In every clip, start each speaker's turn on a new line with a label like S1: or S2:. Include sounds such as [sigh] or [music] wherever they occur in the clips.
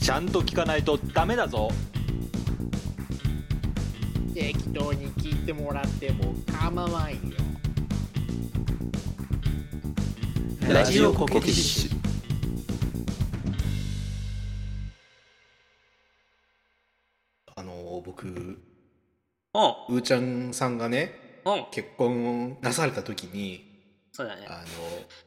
S1: ちゃんと聞かないとダメだぞ
S2: 適当に聞いてもらっても構わんよ
S1: ラジオコケティッシュ
S3: あの僕う
S4: うん。
S3: ーちゃんさんがね
S4: うん。
S3: 結婚なされた時に
S4: そうだね。
S3: あの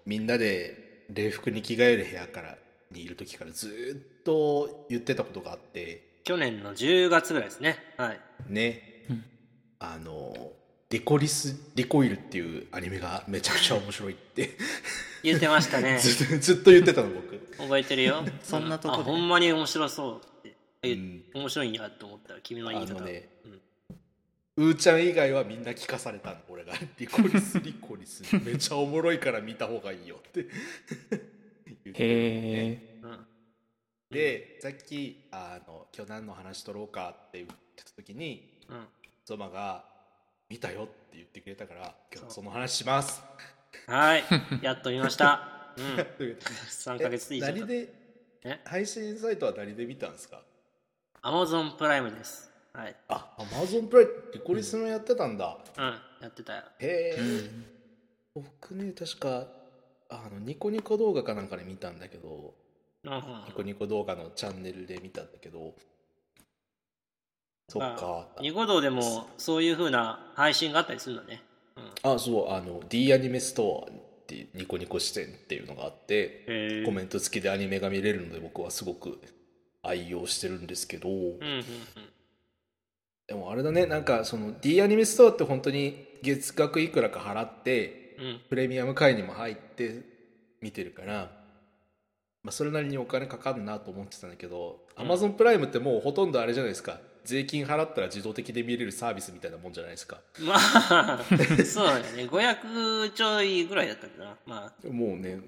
S3: みんなで礼服に着替える部屋からにいる時からずーっと言ってたことがあって
S4: 去年の10月ぐらいですね。はい。
S3: ね、
S5: うん
S3: あのリコリス・リコイルっていうアニメがめちゃくちゃ面白いって
S4: 言ってましたね。
S3: [laughs] ずっとずっと言ってたの僕、
S4: 覚えてるよ。
S5: そんなとこで
S4: あ、ほんまに面白そうって。
S3: う
S4: え
S3: ん、
S4: 面白いんやと思ったら、君の言い
S3: あ
S4: 方。
S3: のね
S4: うん
S3: うーちゃん以外はみんな聞かされたの俺が「リコリスリコリスめちゃおもろいから見た方がいいよ」って言って
S5: へ
S4: うん。
S3: でさっきあの「今日何の話取ろうか」って言ってた時に
S4: うん。
S3: ゾマが「見たよ」って言ってくれたから「今日その話します
S4: はい。やっと見ました。う」ん。3ヶ月
S3: え
S4: 以上
S3: 何
S4: 経っ
S3: で
S4: え
S3: 配信サイトは何で見たんですか
S4: た。Amazon プライムです。はい。
S3: あアマゾンプライムリコリスのやってたんだ、
S4: うん。やってたよ。
S3: へ
S5: え、
S3: え、僕ね確かあのニコニコ動画かなんかで見たんだけど
S4: うんうん
S3: ニコニコ動画のチャンネルで見たんだけどそっか
S4: ニコ動でもそういう風な配信があったりするのね。うん。
S3: あそうあの D アニメストアっていうニコニコ視点っていうのがあって
S4: へえ。
S3: コメント付きでアニメが見れるので僕はすごく愛用してるんですけど、
S4: うんうんうん。
S3: でもあれだねなんかその D アニメストアって本当に月額いくらか払って
S4: うん。
S3: プレミアム会にも入って見てるから、まあ、それなりにお金かかるなと思ってたんだけど、
S4: うん
S3: Amazon プライムってもうほとんどあれじゃないですか税金払ったら自動的で見れるサービスみたいなもんじゃないですか
S4: ま
S3: [laughs]
S4: あ、そうだね。500ちょいぐらいだったかな。まあ、
S3: もうね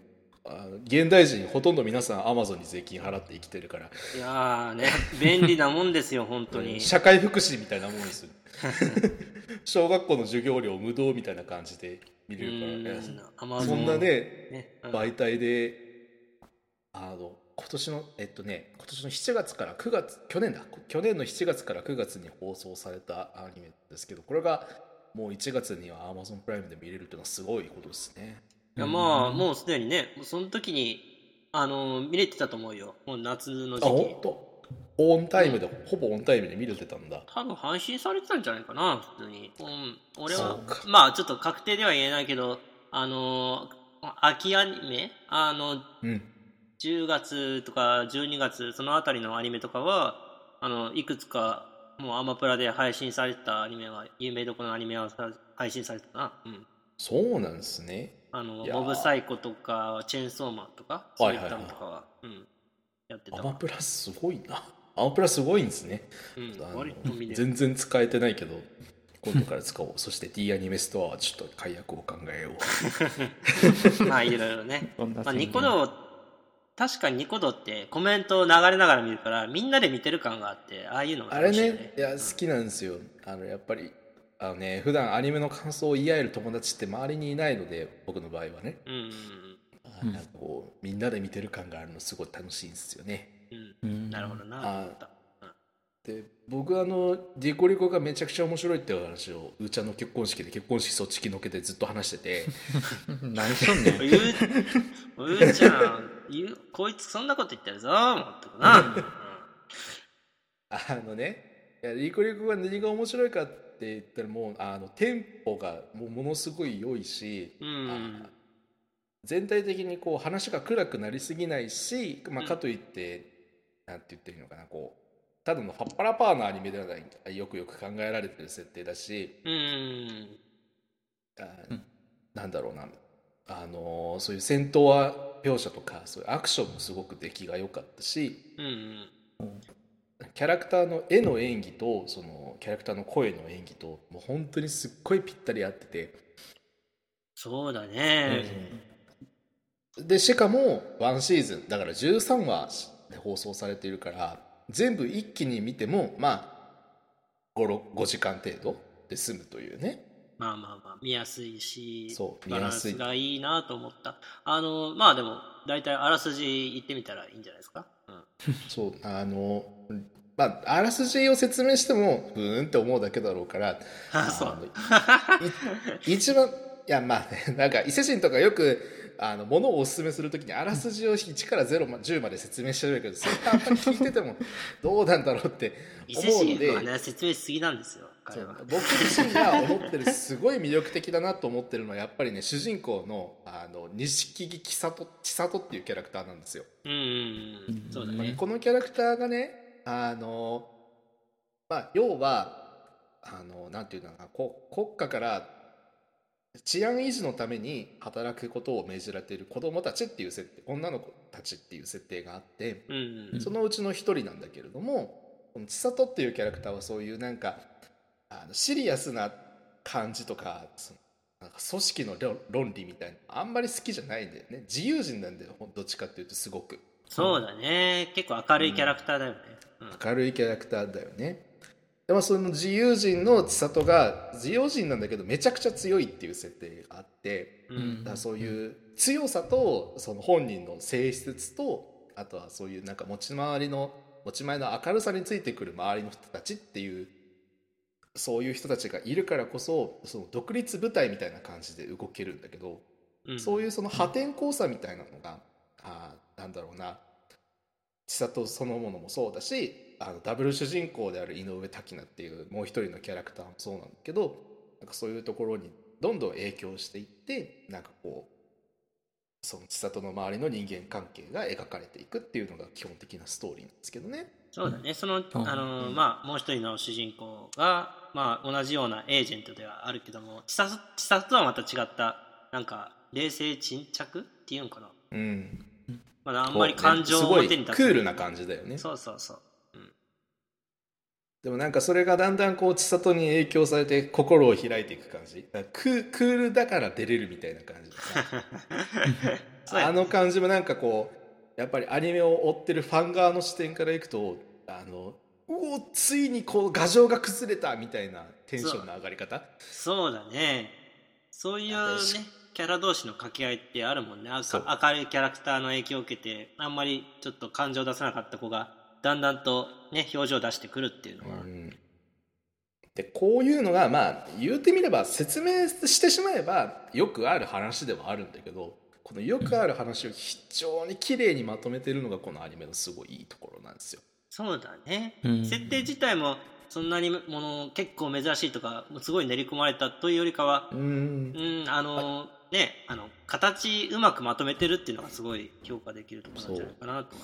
S3: あの現代人ほとんど皆さん Amazon に税金払って生きてるから
S4: いやーね、便利なもんですよ、本当に。
S3: 社会福祉みたいなもん
S4: [laughs]
S3: ですよ小学校の授業料無料みたいな感じで見れるから、ね、
S4: アマ
S3: そんな、ね
S4: ねうん
S3: 媒体であの今年のえっとね今年の7月から9月去年だ去年の7月から9月に放送されたアニメですけどこれがもう1月には Amazon プライムで見れるっていうのはすごいことですね
S4: いやまあ、もうすでにね、その時に、あのー見れてたと思うよ。もう夏の時
S3: あ
S4: 期
S3: 本。当オンタイムで、ほぼオンタイムで見れてたんだ
S4: 多分配信されてたんじゃないかな、普通に。うん、俺は
S3: そうか、
S4: まあ、ちょっと確定では言えないけど、あのー秋アニメあの、
S3: うん
S4: 10月とか12月そのあたりのアニメとかはあのいくつかもうアマプラで配信されてたアニメは有名どころのアニメはさ配信されてたな、うん、
S3: そうなんですね
S4: あの
S3: いやー
S4: モブサイコとかチェーンソーマンとかそういったのとかは,、うん、やって
S3: ア
S4: た
S3: マ
S4: わ、
S3: プラすごいなアマプラすごいんですね
S4: うん
S3: あ、の
S4: 割と見れる
S3: 全然使えてないけど今度から使おう [laughs] そして D アニメストアはちょっと解約を考えよう
S4: [laughs] まあいろいろね
S5: そんな
S4: まあ
S5: 宣言
S4: ニコ動確かにニコ動ってコメントを流れながら見るからみんなで見てる感があってああいうのが
S3: あれ
S4: 楽しいよ
S3: ねいや好きなんですよあのやっぱりあのね普段アニメの感想を言い合える友達って周りにいないので僕の場合はね
S4: うんうん
S3: あなんかこうみんなで見てる感があるのすごい楽しいんですよね
S4: うん
S5: う
S4: うん
S5: ん
S4: なるほどな
S3: あ
S4: と思った
S3: で僕あのリコリコがめちゃくちゃ面白いっていう話をうーちゃんの結婚式で結婚式そっち気のけてずっと話して [laughs] て
S5: 何しとんねん
S4: ゆう、ゆうちゃん、ゆう、こいつそんなこと言ってるぞ、もっとくな。
S3: あのねいやリコリコが何が面白いかって言ったらもうあのテンポがもうものすごい良いし
S4: う
S3: あ
S4: ん。
S3: 全体的にこう話が暗くなりすぎないし、ま
S4: う
S3: あ、
S4: ん
S3: かといって、なんて言ってるのかなこうただのパッパラパーのアニメではないよくよく考えられてる設定だし
S4: うん。
S3: あ、
S5: うん
S3: なんだろうなあのーそういう戦闘は描写とかそういうアクションもすごく出来が良かったし
S4: うん。
S3: キャラクターの絵の演技とそのキャラクターの声の演技ともう本当にすっごいぴったり合ってて。
S4: そうだね。
S3: でしかもワンシーズンだから13話で放送されているから全部一気に見てもまあ 5, 6 5時間程度で済むというね
S4: まあまあまあ、見やすいし、
S3: そう
S4: バラ
S3: 見
S4: ンス
S3: やすい
S4: がいいなと思った。あの、まあでも、大体あらすじ言ってみたらいいんじゃないですか。うん。
S3: そうあのまああらすじを説明してもうーんって思うだけだろうから
S4: あそう。
S3: い [laughs] 一番いやまあねなんか伊勢神とかよくあの物をおすすめするときにあらすじを1から0ま10まで説明してるけどそれってあんまり聞いててもどうなんだろうって
S4: 伊勢
S3: 思うの
S4: 神
S3: で。
S4: はね、説明しすぎなんですよ、彼は。
S3: 僕自身が思ってるすごい魅力的だなと思ってるのはやっぱりね主人公のあの錦木千里千里っていうキャラクターなんですよ。
S4: うんうんうん。そうだね。
S3: このキャラクターがねあの、まあ、要はあのなんていうのかなこ国家から治安維持のために働くことを命じられている子供たちっていう設定女の子たちっていう設定があって。
S4: うんうん。
S3: そのうちの一人なんだけれども、この千里っていうキャラクターはそういうなんか、あのシリアスな感じとか、そのなんか組織の論論理みたいな、あんまり好きじゃないんだよね。自由人なんだよ、ほんどっちかっていうとすごく。
S4: そうだね。結構明るいキャラクターだよね。うん
S3: 明るいキャラクターだよね。でもその自由人の千里が、自由人なんだけどめちゃくちゃ強いっていう設定があって、
S4: うん
S3: だからそういう強さとその本人の性質とあとはそういうなんか持ち回りの持ち前の明るさについてくる周りの人たちっていうそういう人たちがいるからこそその独立部隊みたいな感じで動けるんだけど、
S4: うん。
S3: そういうその破天荒さみたいなのが、あーなんだろうな千里そのものもそうだしあのダブル主人公である井上滝菜っていうもう一人のキャラクターもそうなんだけどなんかそういうところにどんどん影響していってなんかこうその千里の周りの人間関係が描かれていくっていうのが基本的なストーリーなんですけどね。
S4: そうだね、その、
S5: うん
S4: あのーまあ、もう一人の主人公が、まあ、同じようなエージェントではあるけども、千里千里とはまた違った、なんか、冷静沈着っていうんかな。
S3: うん、
S4: まだあんまり感情を
S3: そうね
S4: 表に出
S3: すごいクール
S4: な。
S3: な感じだよね。
S4: そうそうそう。
S3: でもなんかそれがだんだんこう千里に影響されて心を開いていく感じだからクークールだから出れるみたいな感じでさ
S4: そうや
S3: [laughs] あの感じもなんかこうやっぱりアニメを追ってるファン側の視点からいくとあのうおついにこう牙城が崩れたみたいなテンションの上がり方
S4: [laughs] そうだね。そういう
S3: あ
S4: ね
S3: とし、
S4: キャラ同士の掛け合いってあるもんね。あ
S3: そう
S4: か明るいキャラクターの影響を受けて、あんまりちょっと感情を出さなかった子が、だんだんとね、表情を出してくるっていうのは。
S3: うんでこういうのがまあ言うてみれば説明してしまえばよくある話ではあるんだけどこのよくある話を非常に綺麗にまとめてるのがこのアニメのすごいいいところなんですよ。
S4: そうだね、
S5: うん
S4: 設定自体もそんなにもの結構珍しいとかもうすごい練り込まれたというよりかは
S3: う、ん
S4: うん、あのねあの形うまくまとめてるっていうのがすごい評価できるところなんじゃないかなとは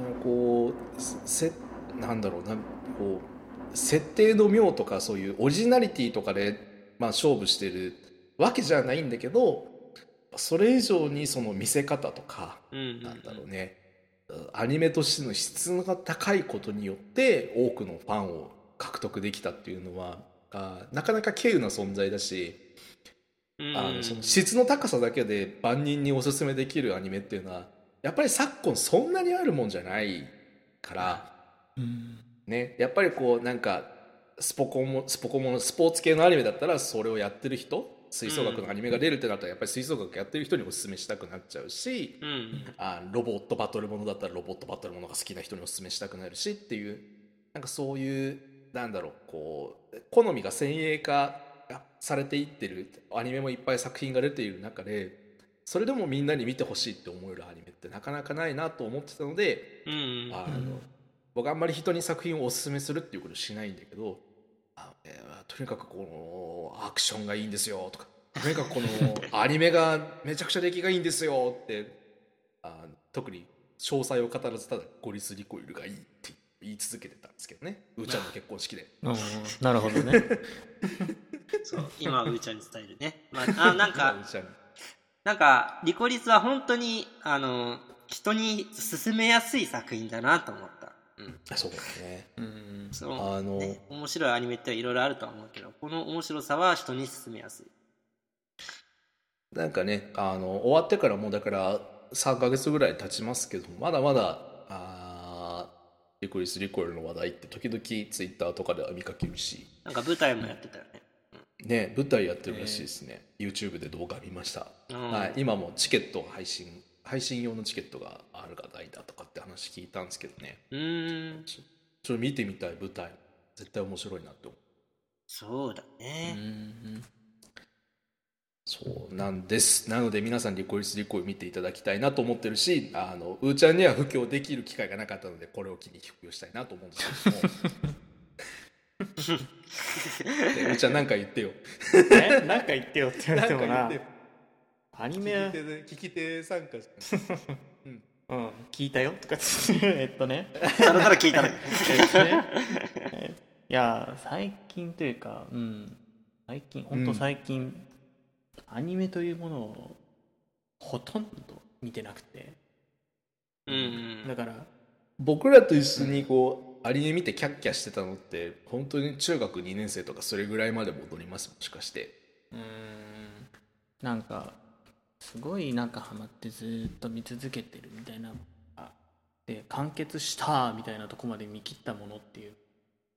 S3: なんかこうせなんだろうなこう設定の妙とかそういうオリジナリティとかで、まあ、勝負してるわけじゃないんだけどそれ以上にその見せ方とか
S4: うんうん
S3: なんだろうね、アニメとしての質が高いことによって多くのファンを獲得できたっていうのはあなかなか稀有な存在だし、
S4: うん
S3: あのその質の高さだけで万人におすすめできるアニメっていうのはやっぱり昨今そんなにあるもんじゃないから、ね、やっぱりこうなんかスポコンもスポコンものスポーツ系のアニメだったらそれをやってる人吹奏楽のアニメが出るってなったらやっぱり吹奏楽やってる人におすすめしたくなっちゃうし、
S4: うん
S3: あロボットバトルものだったらロボットバトルものが好きな人におすすめしたくなるしっていうなんかそういうなんだろうこう好みが先鋭化されていってるアニメもいっぱい作品が出ている中でそれでもみんなに見てほしいって思えるアニメってなかなかないなと思ってたので、
S4: うんうん
S3: あの僕あんまり人に作品をおすすめするっていうことしないんだけどあ、えーとにかくこのアクションがいいんですよとかとにかくこ
S4: [laughs]
S3: のアニメがめちゃくちゃ出来がいいんですよってあ特に詳細を語らずただゴリスリコイルがいいって言い続けてたんですけどねうーちゃんの結婚式で。
S5: おーなるほどね。
S4: そう今はうーちゃんに伝える
S3: [laughs]
S4: ね、まあ、あなんか
S3: うーちゃん
S4: なんかリコリスは本当にあの人に勧めやすい作品だなと思った、うん、
S3: あそうだね
S5: うん
S4: その
S3: あの、
S4: ね、面白いアニメっていろいろあるとは思うけどこの面白さは人に勧めやすい
S3: なんかねあの終わってからもうだから3ヶ月ぐらい経ちますけどまだまだあーリコリス・リコイルの話題って時々ツイッターとかでは見かけるし
S4: なんか舞台もやってたよね
S3: ね舞台やってるらしいですね、YouTube で動画見ました、
S4: うん
S3: はい、今もチケット配信配信用のチケットがあるかないだとかって話聞いたんですけどね
S4: うーん、
S3: ちょっと見てみたい舞台絶対面白いなって思う
S4: そうだね。
S3: そうなんですなので皆さんリコリスリコイル見ていただきたいなと思ってるしあのうーちゃんには布教できる機会がなかったのでこれを機に布教したいなと思うんです [laughs] けどもでうーちゃんなんか言ってよ
S5: え [laughs] なんか言ってよって言わ
S3: な
S5: れ
S3: ん
S5: ても
S3: か言っ
S5: な
S3: てよ
S5: アニ
S3: 聞き
S5: メ
S3: 手で聞き手参加して
S5: うん聞いたよとかつって [laughs] えっとね
S4: それなら聞いたね。
S5: [laughs] いや最近というかうん最近本当最近、アニメというものをほとんど見てなくて
S4: うんうん。
S5: だから
S3: 僕らと一緒にこう、アニメ見てキャッキャしてたのって本当に中学2年生とかそれぐらいまで戻りますもしかして
S5: うーんなんかすごいなんかハマってずーっと見続けてるみたいなあで完結したみたいなとこまで見切ったものっていう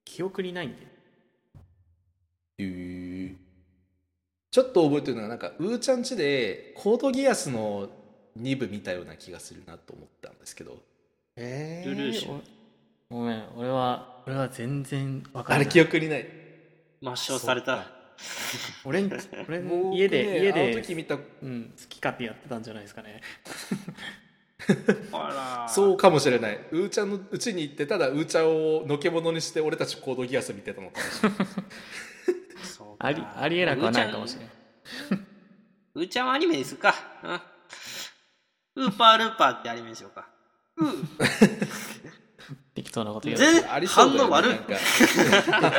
S5: 記憶にないんで
S3: ちょっと覚えてるのはなんかうーちゃんちでコードギアスの2部見たような気がするなと思ったんですけど
S5: え
S4: ルルーシュ
S5: ごめん俺は俺は全然わから
S3: あ
S5: な
S3: れ
S5: い
S3: 記憶にない
S4: 抹消された。
S5: 俺ん俺ん
S3: 僕ね
S5: 家で家
S3: あの
S5: で
S3: 時見た
S5: うん、好き勝手やってたんじゃないですかね
S4: あら。
S3: そうかもしれないうーちゃんのうちに行ってただうーちゃんをのけものにして俺たちコードギアス見てたのかもしれない
S4: そうか
S5: ありありえなくはないかもしれない。
S4: うーちゃんはアニメにするか。うん。ウーパールーパーってアニメにしようか。
S5: 適当なこと言
S4: 全
S5: う
S4: 然
S3: ありそ
S4: 反
S3: うだよ
S4: 応悪い
S3: ね。
S5: [laughs]
S3: なんか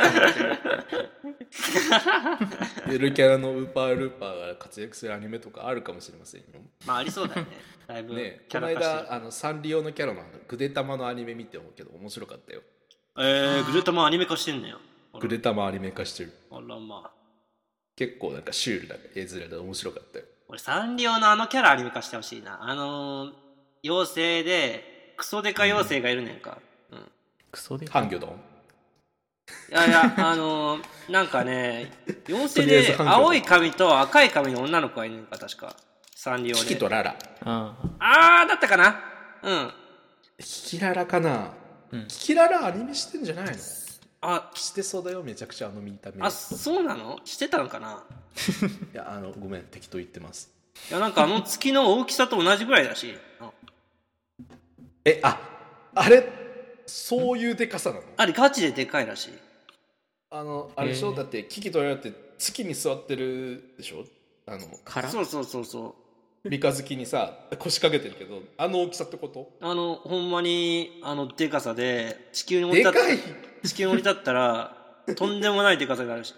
S3: ゆるキャラのウーパールーパーが活躍するアニメとかあるかもしれませんよ。
S4: まあありそうだよね。だいぶ
S3: ね
S4: キ
S3: こ
S4: ャ
S3: の
S4: ラ化して
S3: 間あのサンリオのキャラのあのグデタマのアニメ見て思うけど面白かったよ。
S4: る。えー、グルタもアニメ化してんのよ。あら
S3: グデタマアニメ化してる。
S4: あらまあ。
S3: 結構なんかシュールな絵面で面白かったよ。
S4: 俺、サンリオのあのキャラアニメ化してほしいな。あのー、妖精で、クソデカ妖精がいるねんか。うん。
S5: クソでか
S3: ハ
S5: い
S3: ンギョドン。
S4: いやいや、あのー、なんかね、妖精
S3: とりあえず
S4: で
S3: ハンギョドン
S4: 青い髪と赤い髪の女の子がいるねんか、確か。サンリオ
S3: キキ
S4: で
S3: と。ララ。
S5: うん
S4: あー、だったかなうん。
S3: キキララかな、
S5: うん
S3: キキララアニメしてんじゃないの
S4: あ、
S3: してそうだよ、めちゃくちゃあの見た目。い
S4: あ、そうなのしてたのかな
S3: や、あの、ごめん、適当言ってます。
S4: いや、なんかあの月の大きさと同じぐらいだし。あ
S3: え、あ、あれ、そういうでかさなの
S4: あれ、ガチででかいらしい。
S3: あの、あれでしょ、だって、キキとララって月に座ってるでしょあの、
S5: から
S4: そうそうそうそう。
S3: 三日月にさ、腰掛けてるけど、あの大きさってこと
S4: あの、ほんまに、あの、でかさで、地球に降り
S3: で
S4: 立っ
S3: かい
S4: 地球に降り立ったら、とんでもないでかさになるし。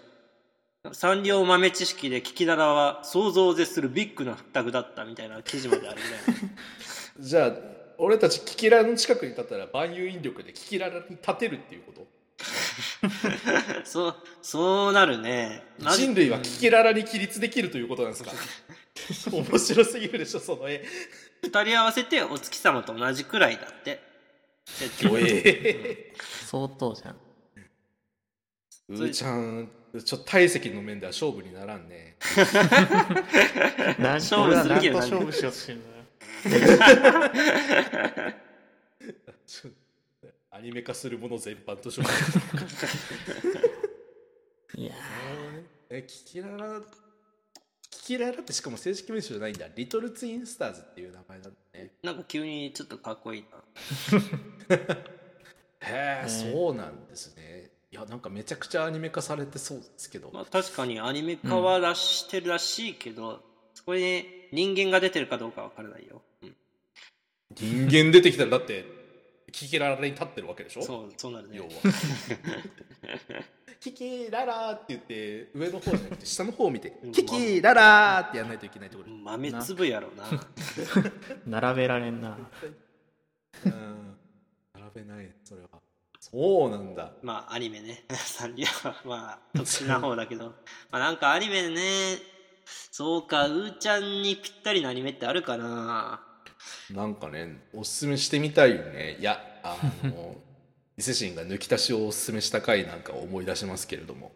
S4: サンリオ豆知識で聞きだらは想像を絶するビッグなタグだったみたいな記事まであるぐらい。
S3: [laughs] じゃあ、俺たちキキララの近くに立ったら万有引力でキキララに立てるっていうこと
S4: [laughs] そう、そうなるね。なぜ
S3: 人類はキキララに起立できるということなん [laughs] ですか面白すぎるでしょ、その絵。
S4: 二人合わせてお月様と同じくらいだって。設定
S3: お [laughs] え
S5: 相当じゃん
S3: うーちゃん、ちょっと体積の面では勝負にならんね。
S5: 何
S4: 勝負する気
S5: 俺は何と
S4: は
S5: 勝
S4: ない
S5: 負しようとしてるんだよ
S3: ちょアニメ化するもの全般と勝負。
S5: いや
S3: [laughs] えキキララキキララってしかも正式名称じゃないんだリトルツインスターズっていう名前なんだね
S4: なんか急にちょっとかっこいいな。
S3: へえ、
S5: ね
S3: そうなんですねいやなんかめちゃくちゃアニメ化されてそうですけど、
S4: まあ確かにアニメ化は出してるらしいけど、そこに人間が出てるかどうかわからないよ。うん
S3: 人間出てきたらだってキキララに立ってるわけでしょ
S4: そう、そうなるね
S3: 要は [laughs] キキララーって言って上の方じゃなくて下の方を見て
S4: うん
S3: キキララーってやんないといけないところ
S4: 豆粒やろうな
S5: 並べられんな
S3: うん並べないそれはそうなんだ
S4: まあアニメね [laughs] サンリオはまあ特殊な方だ
S3: [laughs]
S4: けどまあなんかアニメねそうかうーちゃんにぴったりなアニメってあるかな
S3: なんかね、おすすめしてみたいよね。いや、 [laughs] あの、伊勢神が抜き足しをおすすめした回なんかを思い出しますけれども。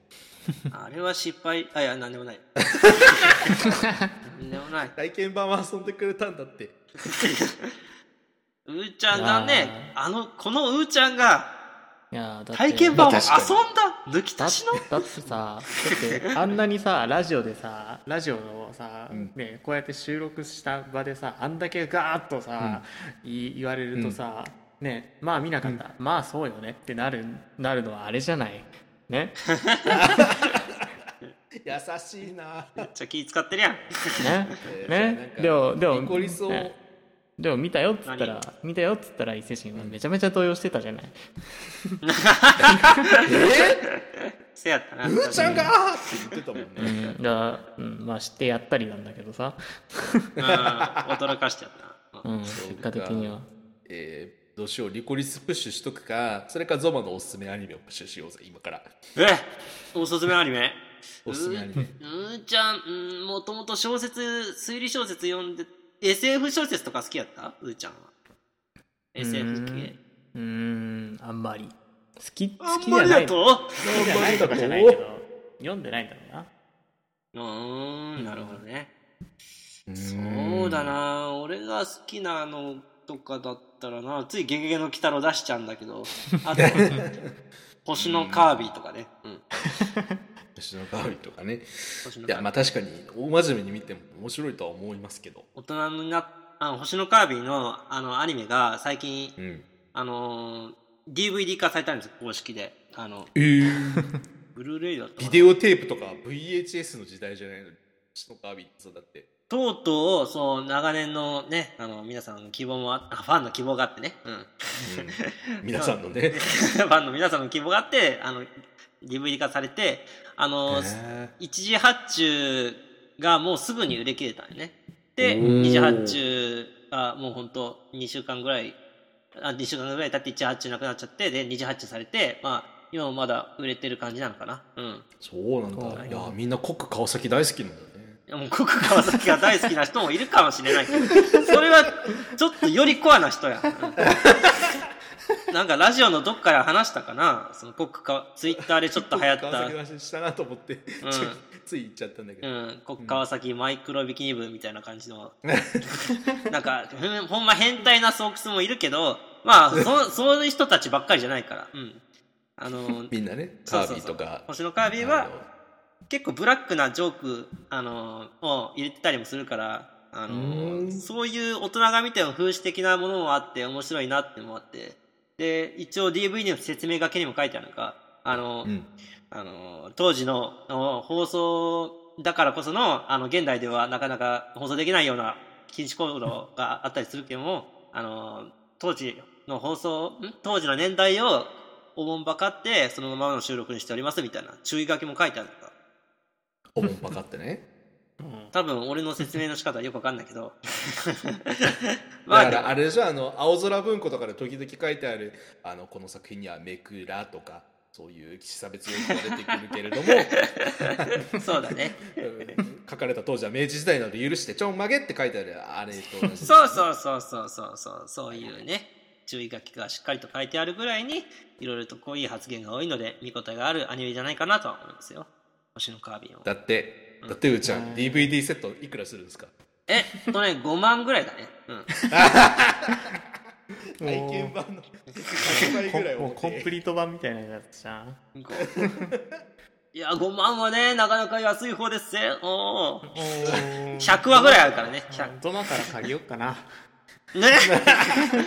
S4: あれは失敗あいやなんで
S3: [laughs]
S4: もないなんでもない
S3: 体験版は遊んでくれたんだって
S4: うーちゃんがねあのこのうーちゃんが
S5: いやーだって
S4: 体験版を
S3: ま
S4: 遊
S3: あ
S4: ん
S3: 確かに
S4: だ抜き
S5: だっ
S4: 足しの
S5: だってさだってあんなにさラジオでさラジオのさ、
S3: うん
S5: ね、こうやって収録した場でさあんだけガーッとさ、い言われるとさ、ねまあ見なかった、まあそうよねってなるなるのはあれじゃない
S3: [laughs]
S5: ね
S3: 優しいな
S4: めっちゃ気使ってるや
S3: [laughs]
S4: ん
S5: ね
S3: えーなん
S5: ね
S3: か
S5: でもでも
S3: リコリスを
S5: ねでも見たよっつったら見たよっつったら伊勢神はめちゃめちゃ動揺してたじゃない、
S4: せやったな
S3: うーちゃんがーって言ってたもん
S5: う
S3: ね
S5: んだからうんまあ知ってやったりなんだけどさ、
S4: うん驚かしちゃったな
S5: う
S4: う
S5: ん、
S4: ん
S5: 結果的には
S3: えーどうしようリコリスプッシュしとくかそれかゾマのおすすめアニメをプッシュしようぜ今から
S4: えおすすめアニメ
S3: おすすめアニメ
S4: うーちゃんうんもともと小説推理小説読んで SF 小説とか好きやったうーちゃんは SF 系
S5: うーんあんまり好き
S4: あ
S5: 好き
S4: ん
S5: じ
S4: ま
S5: ゃ
S4: り
S5: な
S4: だ
S5: い
S4: と
S5: 好きじゃないとかじゃないけど
S3: ど
S5: 読んでないんだろうな
S4: うーんなるほどね
S3: う
S4: そうだな俺が好きなのとかだったらなつい「ゲゲゲの鬼太郎」出しちゃうんだ
S3: [laughs]
S4: けどあと「星のカービィ」とかね、うん、
S3: 星の代わりとかね
S4: 星の
S3: い
S4: カ
S3: や
S4: ービィ
S3: まあ確かに大真面目に見ても面白いとは思いますけど
S4: 大人になっあ星のカービィのあのアニメが最近
S3: うん
S4: あのー DVD 化されたんですよ公式であの
S3: えー、
S4: ブルーレイだったか
S3: ビ
S4: な
S3: デオテープとか VHS の時代じゃないのに星の代わりってそうだって
S4: とうとうそう長年のねあの皆さんの希望もああファンの希望があってね、うん、 [laughs]
S3: 皆さんのね
S4: ファンの皆さんの希望があってあの DVD 化されてあのー、
S3: え
S4: 一時発注がもうすぐに売れ切れたんよね。で、
S3: おー
S4: 二次発注がもうほんと2週間ぐらい、あ、2週間ぐらい経って一次発注なくなっちゃって、で、二次発注されて、まあ、今もまだ売れてる感じなのかな。うん。
S3: ーそうなん
S5: そう
S3: だいやみんなコック川崎大好きなんだね
S4: いやもう、国川崎が大好きな人もいるかもしれないけど、それは、ちょっとよりコアな人や。うんなんか、ラジオのどっかで話したかなその、国川、ツイッターでちょっと流行っ
S3: コック川
S4: た
S3: 崎、の話したなと思って、ちょつい言っちゃったんだけ
S4: う
S3: ど、
S4: ん、こっ川崎マイクロビキニ部みたいな感じの、なんか、ふんほんま変態なソークスもいるけど、まあ、そ、そういう人たちばっかりじゃないから、うん。あの、
S3: みんなね
S4: そ
S3: カ
S4: う
S3: ー
S4: そう
S3: ビィ
S4: そう
S3: とか
S4: 星のカービィ
S3: あの
S4: は、結構ブラックなジョーク、あの、を入れてたりもするから、あ
S3: う
S4: の、
S3: ん
S4: そういう大人が見ても風刺的なものもあって、面白いなってのもあって、で、一応 DV の説明書きにも書いてあるのが、あの、
S3: うん
S4: あの、当時のあの放送だからこその、あの、現代ではなかなか放送できないような禁止行動があったりするけども、あの、当時の放送、ん当時の年代をおもんばかって、そのままの収録にしておりますみたいな注意書きも書いてあるのか。
S3: おもんばかってね
S4: 多分俺の説明の仕方はよくわかんない
S3: [laughs]
S4: けど。まあ
S3: だ
S4: で
S3: か
S4: も
S3: らあれでしょあの青空文庫とかで時々書いてあるあのこの作品にはめくらとかそういう差別用語が出てくるけれど
S4: そうだね。
S3: もうん書かれた当時は明治時代なので許してちょんまげって書いてあるあれと同じ
S4: そうそうそうそうそうそうそういうね注意書きがしっかりと書いてあるぐらいにいろいろとこういう発言が多いので見応えがあるアニメじゃないかなとは思いますよ星のカービィを
S3: だってだってうーちゃん DVD セットいくらするんですか
S4: えっとね5万ぐらいだねうん
S3: 体験版の100倍ぐらい
S5: も
S3: 重
S5: うコンプ
S3: て
S5: リート版みたいなやつじゃん
S4: ご [laughs] いや5万はねなかなか安い方ですぜおお100話ぐらいあるからね100
S5: どなたら借りよっかな
S3: [laughs]
S4: ね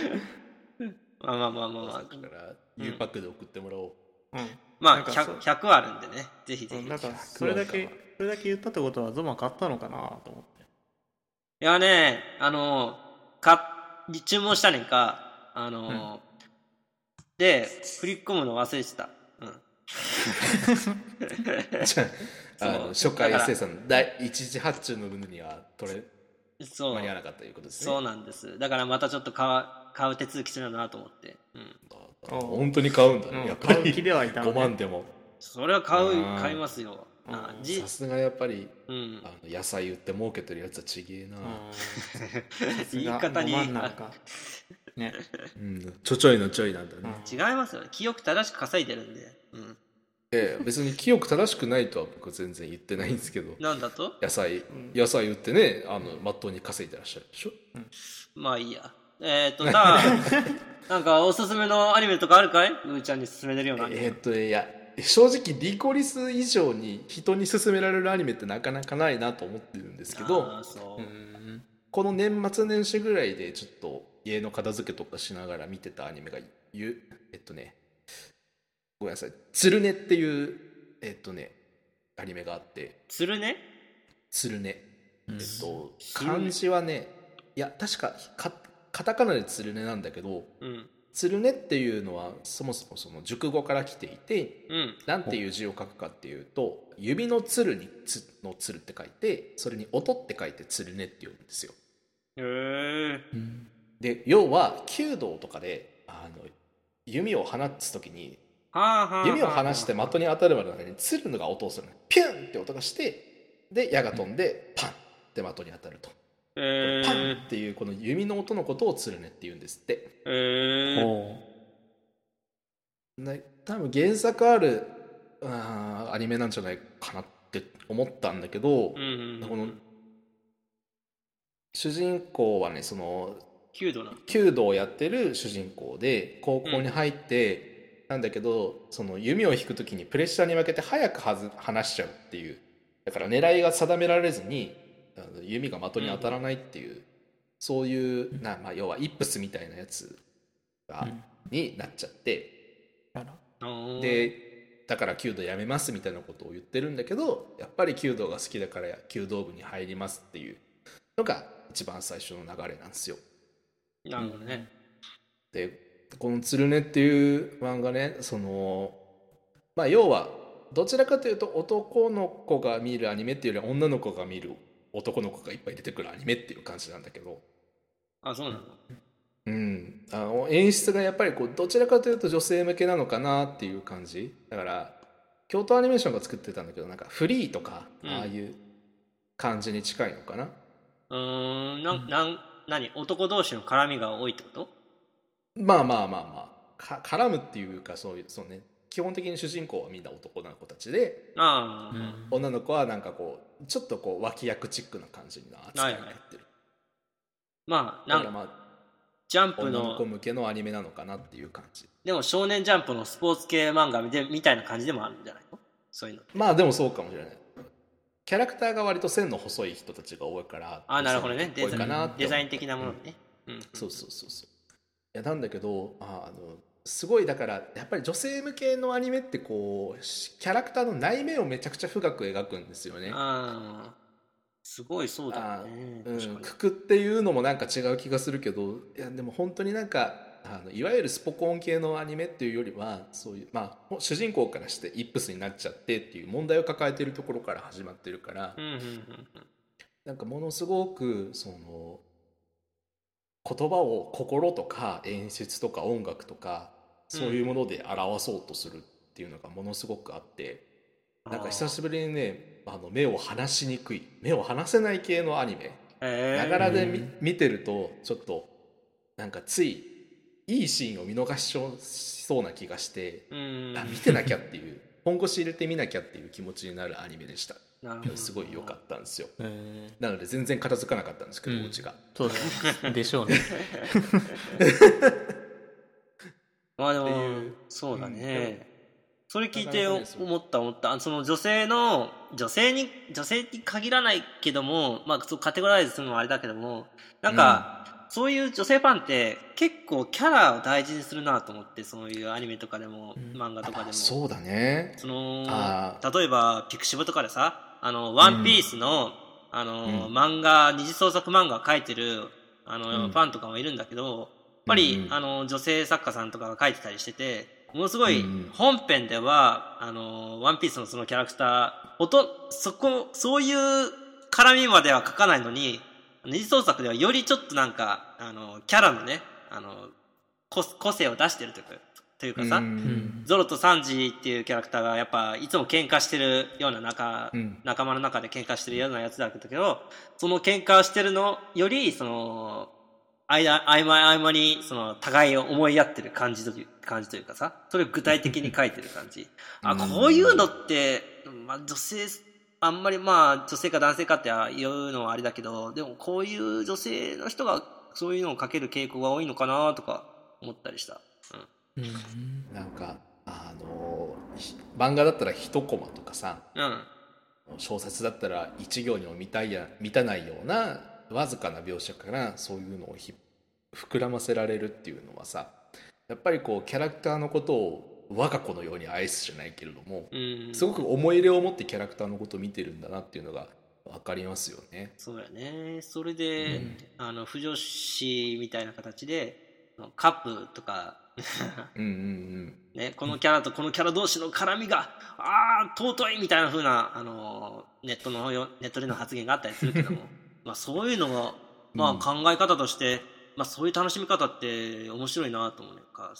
S4: まあまあまあまあまあ
S3: だから U パックで送ってもらおう
S5: う
S4: ま
S5: な
S4: あ
S5: んかそう
S4: 100, 100話あるんでねぜひぜひ
S5: んなんかそれだけそれだけ言ったってことはゾマ買ったのかなと思って
S4: いやね、あの、か、注文したねんか、あの、で、振り込むの忘れてた。うん。
S3: じゃああの
S4: そ
S3: 初
S4: うだから
S3: 回生産第一次発注の分には取れ
S4: そう
S3: 間に合わなかったということですね
S4: そうなんです。だからまたちょっと買う、買う手続きするなと思って。うん。
S5: おう
S3: 本当に買うんだね、
S5: うん
S3: やっぱ
S5: 買う
S3: り
S5: 気ではいたのね
S3: 5万でも
S4: それは買う
S3: あ、ー
S4: 買いますよ。あ
S5: うん
S4: じ
S3: さ、すがやっぱり
S4: うん。
S3: あの野菜売って儲けてるやつはちげえな、
S4: 言い方に
S5: 5万なのかね
S3: うんちょちょいのちょいなんだね、
S5: うん
S4: 違いますよ。記憶正しく稼いでるんで。うん。
S3: で別に清く正しくないとは僕全然言ってないんですけど
S4: なんだと
S3: 野菜
S5: ん
S3: 野菜売ってねあのまっとうに稼いでらっしゃるでしょ
S4: まあいいや。えー
S3: [laughs]
S4: っと、なあ、なんかおすすめのアニメとかあるかいうーちゃんに勧めれるような。
S3: えーっといや正直リコリス以上に人に勧められるアニメってなかなかないなと思ってるんですけ
S4: あ
S3: ど
S4: ーそうう。
S3: んこの年末年始ぐらいでちょっと家の片付けとかしながら見てたアニメがゆえっとねごめんなさい「つるね」っていうえっとねアニメがあって
S4: するね
S3: 「つるね」えっと
S4: つるね
S3: 漢字はねいや確かかカタカナで「つるね」なんだけど
S4: うん。
S3: 「つるね」っていうのはそもそもその熟語から来ていて
S4: うん。
S3: なんていう字を書くかっていうと指のつるにつのつるって書いてそれに音って書いてつるねって呼ぶんですよ
S4: へえ。
S3: で要は弓道とかであの弓を放つ時に
S4: はあはあ。
S3: 弓を放して的に当たるまでの間につるのが音をするのピュンって音がしてで矢が飛んでパンって的に当たると、
S4: え
S3: パ
S4: ー
S3: ンっていうこの弓の音のことをつるねって言うんですって
S4: えー。
S5: お
S3: ね多分原作あるあーアニメなんじゃないかなって思ったんだけど、
S4: うんうん
S3: こ
S4: う
S3: の
S4: ん。
S3: 主人公はねその
S4: 弓道な。
S3: 弓道をやってる主人公で高校に入って、なんだけどその弓を引く時にプレッシャーに負けて早くはず離しちゃうっていうだから狙いが定められずにあの弓が的に当たらないっていう、そういうな、まあ、要はイップスみたいなやつが、
S5: うん
S3: になっちゃって。
S5: あら
S4: あー、
S3: でだから弓道やめますみたいなことを言ってるんだけどやっぱり弓道が好きだから弓道部に入りますっていうのが一番最初の流れなんですよ。
S4: なるほどね。
S3: でこの「つるね」っていう漫画ねそのまあ要はどちらかというと男の子が見るアニメっていうよりは女の子が見る男の子がいっぱい出てくるアニメっていう感じなんだけど。
S4: あ、そうなの。
S3: うん、あの演出がやっぱりこうどちらかというと女性向けなのかなっていう感じだから京都アニメーションが作ってたんだけどなんかフリーとか
S4: うん
S3: ああいう感じに近いのかな、
S4: うーん、なん、なん、何男同士の絡みが多いってこと
S3: まあまあまあまあか絡むっていうかそういうそう、ね、基本的に主人公はみんな男の子たちで
S4: あ
S5: う
S4: あ、
S5: ん
S3: 女の子はなんかこうちょっとこう脇役チックな感じの扱いになってる、
S4: まあ、
S3: だ
S4: な
S3: か
S4: ん
S3: ら
S4: か、
S3: ま
S4: ジャン
S3: あ
S4: プ
S3: 女の
S4: の
S3: 子、向けのアニメなのかなっていう感じ
S4: でも少年ジャンプのスポーツ系漫画でみたいな感じでもあるんじゃないのそういうの。
S3: まあでもそうかもしれないキャラクターが割と線の細い人たちが多いから
S4: あーなるほどね
S3: 多いかなって思う
S4: デザイン的なものね。うん。
S3: そうそうそうそういやなんだけどあーあのすごいだからやっぱり女性向けのアニメってこうしキャラクターの内面をめちゃくちゃ深く描くんですよね
S4: ああ、すごいそうだよね。
S3: うん
S4: 確かに
S3: くくっていうのもなんか違う気がするけどいやでも本当になんかあのいわゆるスポコン系のアニメっていうよりはそういう、まあ、主人公からしてイップスになっちゃってっていう問題を抱えてるところから始まってるから、
S4: うんうんうんうん。
S3: なんかものすごくその言葉を心とか演出とか音楽とかそういうもので表そうとするっていうのがものすごくあって、なんか久しぶりにねあの目を離しにくい目を離せない系のアニメ
S4: え
S3: な
S4: ー
S3: がらで
S5: う
S3: 見
S5: ん
S3: 見てるとちょっとなんかついいいシーンを見逃しそうな気がして、
S4: うん。
S3: あ見てなきゃっていう本腰入れてみなきゃっていう気持ちになるアニメでした
S4: なるほど
S3: すごい良かったんですよ
S5: えー
S3: なので全然片付かなかったんですけど、
S5: う
S3: うんちが。
S5: そうだねでしょうね
S4: まあでも
S3: っていう
S4: そうだ
S3: うんでも
S4: ね、それ聞いて
S3: なかなか
S4: 思
S3: ねそう
S4: った思ったあその女性の女性に女性に限らないけどもまあそうカテゴライズするのはあれだけどもなんか、そういう女性ファンって結構キャラを大事にするなと思ってそういうアニメとかでも、
S5: うん
S4: 漫画とかでも
S3: そうだね。
S4: その
S3: あ
S4: 例えばピクシブとかでさ「あのワンピースの、あの
S3: うん
S4: 漫画二次創作漫画描いてるあの、
S3: うん
S4: ファンとかもいるんだけどやっぱり、
S3: うんうん
S4: あの女性作家さんとかが描いてたりしててものすごい
S3: うんうん
S4: 本編では「あのワンピースのそのキャラクターほとそこそういう絡みまでは描かないのに二次創作ではよりちょっとなんかあのキャラのねあの個個性を出してるというかというかさ、
S3: うん
S4: ゾロとサンジっていうキャラクターがやっぱいつも喧嘩してるような仲,、
S3: うん
S4: 仲間の中で喧嘩してるようなやつだけどその喧嘩してるのよりその間、合間合間に、その、互いを思いやってる感じという、感じというかさ、それを具体的に書いてる感じ。あ、
S3: うん
S4: こういうのって、まあ、女性、あんまりまあ、女性か男性かって言うのはあれだけど、でもこういう女性の人が、そういうのを書ける傾向が多いのかなとか思ったりした。
S3: なんかあのひ漫画だったら一コマとかさ
S4: うん。
S3: 小説だったら一行にも満たいや満たないようなわずかな描写からそういうのをひ膨らませられるっていうのはさやっぱりこうキャラクターのことを我が子のように愛すじゃないけれども
S4: うん。
S3: すごく思い入れを持ってキャラクターのことを見てるんだなっていうのが分かりますよね。
S4: そうやね。それで、
S3: うん
S4: あの、不女子みたいな形で、カップとか、
S3: うんうんうん
S4: ね、このキャラとこのキャラ同士の絡みが、ああ、尊いみたいな風な、あのー、ネットのよ、ネットでの発言があったりするけど
S3: [laughs]
S4: も、まあそういうのが、まあ考え方として、まあそういう楽しみ方って面白いなと思うね。か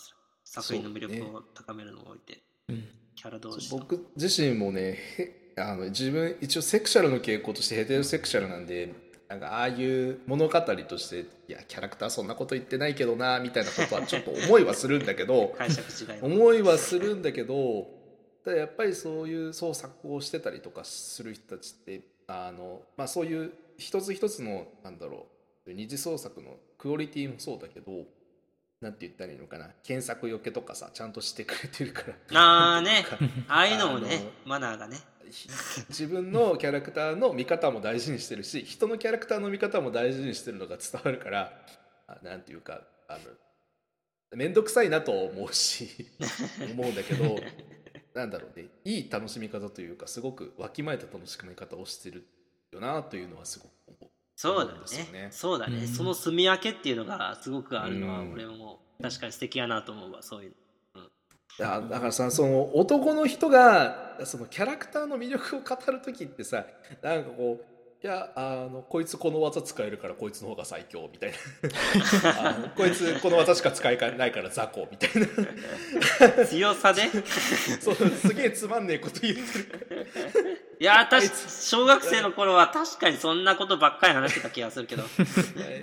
S4: 作品の魅力を高めるのを置いて、
S5: うん
S4: キャラ同士の。
S3: 僕自身もねへあの自分一応セクシャルの傾向としてヘテロセクシャルなんでなんかああいう物語としていやキャラクターそんなこと言ってないけどなみたいなことはちょっと思いはするんだけど
S4: 解釈違いも。
S3: 思いはするんだけどただやっぱりそういう創作をしてたりとかする人たちってあの、まあ、そういう一つ一つのなんだろう二次創作のクオリティもそうだけどなんて言ったらいいのかな検索よけとかさちゃんとしてくれてるから
S4: ああね
S3: なんていうか、
S4: ああいうのもね
S3: あの、
S4: マナーがね。
S3: ひ自分のキャラクターの見方も大事にしてるし人のキャラクターの見方も大事にしてるのが伝わるからあなんていうかあの面倒くさいなと思うし思うんだけどなんだろうねいい楽しみ方というかすごくわきまえた楽しみ方をしてるよなというのはすごく思う。
S4: そう
S3: そうで
S4: だ
S3: すよ
S4: ね。
S3: ね
S4: そうだね、
S5: うん
S4: その住み分けっていうのがすごくあるのは、
S3: うん
S4: 俺も確かに素敵やなと思うわ、そういうの。
S3: いやだからさその男の人がそのキャラクターの魅力を語る時ってさなんかこういやあのこいつこの技使えるからこいつの方が最強みたいな [laughs] あのこいつこの技しか使えないから雑魚みたいな
S4: 強
S3: [laughs]
S4: さで
S3: そうすげえつまんねえこと言ってるから
S4: いやー
S3: あい
S4: 確か
S3: つ
S4: 小学生の頃は確かにそんなことばっかり話してた気が
S3: [laughs]
S4: するけど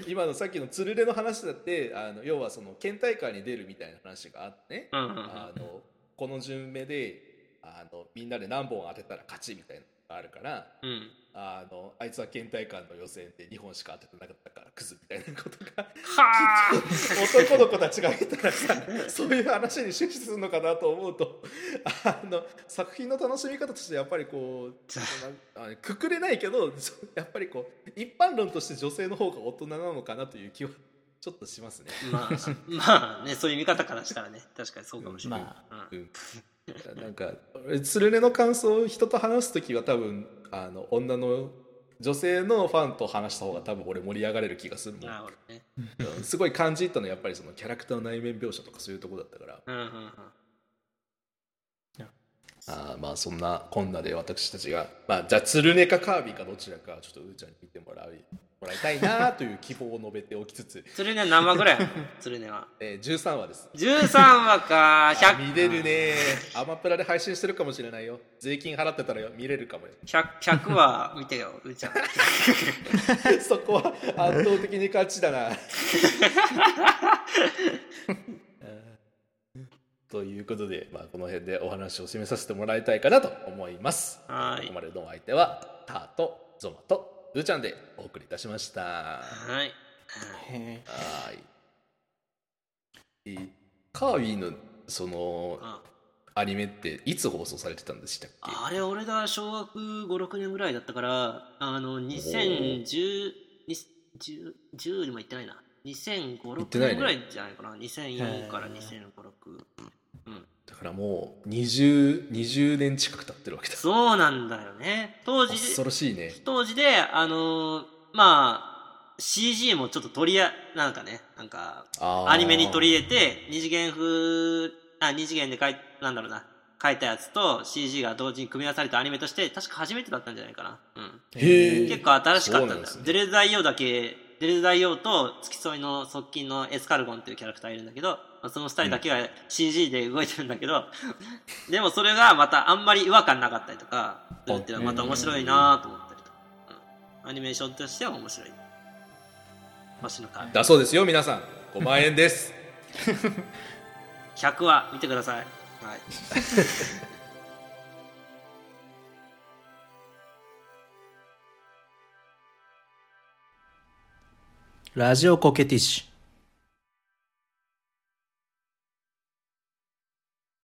S3: 今のさっきのつるれの話だってあの要はその県大会に出るみたいな話があってね
S4: うんうんうん
S3: あのこの順目であのみんなで何本当てたら勝ちみたいなのがあるから。
S4: うん
S3: あのあいつは県大会の予選で2本しか当ててなかったからクズみたいなことが
S4: はあ
S3: 男の子たちが見たらさそういう話に終始するのかなと思うとあの作品の楽しみ方としてやっぱりこうそのあくくれないけどそやっぱりこう一般論として女性の方が大人なのかなという気はちょっとしますね。
S4: まあまあねそういう見方からしたらね確かにそうかもしれない、
S5: ま
S4: うん
S3: うんなんか俺つるねの感想を人と話す時は多分あの女の女性のファンと話した方が多分俺盛り上がれる気がするもん
S4: なるほどね
S3: すごい感じ入ったのはやっぱりそのキャラクターの内面描写とかそういうとこだったから
S4: うんうんうん
S3: あーまあそんなこんなで私たちが、まあ、じゃあつるねかカービィかどちらかちょっとうーちゃんに見てもらいもらいたいなという希望を述べておきつつ、
S4: それね何話ぐらいあるのそれねは
S3: えー、13話です
S4: 13話か
S3: [laughs] あ
S4: 100
S3: 見れるねアマプラで配信してるかもしれないよ税金払ってたらよ見れるかもよ
S4: 100, 100話見てようーちゃん
S3: [laughs] そこは圧倒的に勝ちだな [laughs] ということで、まあ、この辺でお話を締めさせてもらいたいかなと思います
S4: は
S3: こ
S4: い
S3: こまでのお相手はターとゾマとルーちゃんでお送りいたしました。は
S4: はい
S5: へえ
S3: ーい。えカービィのその
S4: あ
S3: アニメっていつ放送されてたんでしたっけ？
S4: あれ、俺が小学5、6年ぐらいだったから、あの、2010、2010 10にも行ってないな。2005、
S3: 行って
S4: 6
S3: ないね
S4: 年ぐらいじゃないかな。2004から
S5: へー
S4: 2005、6。
S3: だからもう20 20年近く経ってるわけだ。
S4: そうなんだよね。当時、
S3: 恐ろしいね。
S4: 当時で、あのーまあ、CG もちょっと取りや、なんかね、なんか、
S3: あー
S4: アニメに取り入れて、二次元風、あ、二次元で書い、なんだろうな、書いたやつと CG が同時に組み合わされたアニメとして、確か初めてだったんじゃないかな。うん。
S3: へえ
S4: 結構新しかっ
S3: そ
S4: た
S3: うなん
S4: ん
S3: で
S4: だ
S3: す
S4: よ。
S3: ね
S4: デレザイオだけ、デレザイオと付き添いの側近のエスカルゴンっていうキャラクターいるんだけど、まあその二人だけは CG で動いてるんだけど、 [laughs] でもそれがまたあんまり違和感なかったりとか、するっていうのはまた面白いなと思ったりと、うんアニメーションとしては面白い。
S5: う
S4: 星のカービィ
S3: だそうですよ皆さん5万円です
S4: 100話見てください、はい、
S1: ラジオコケティッシュ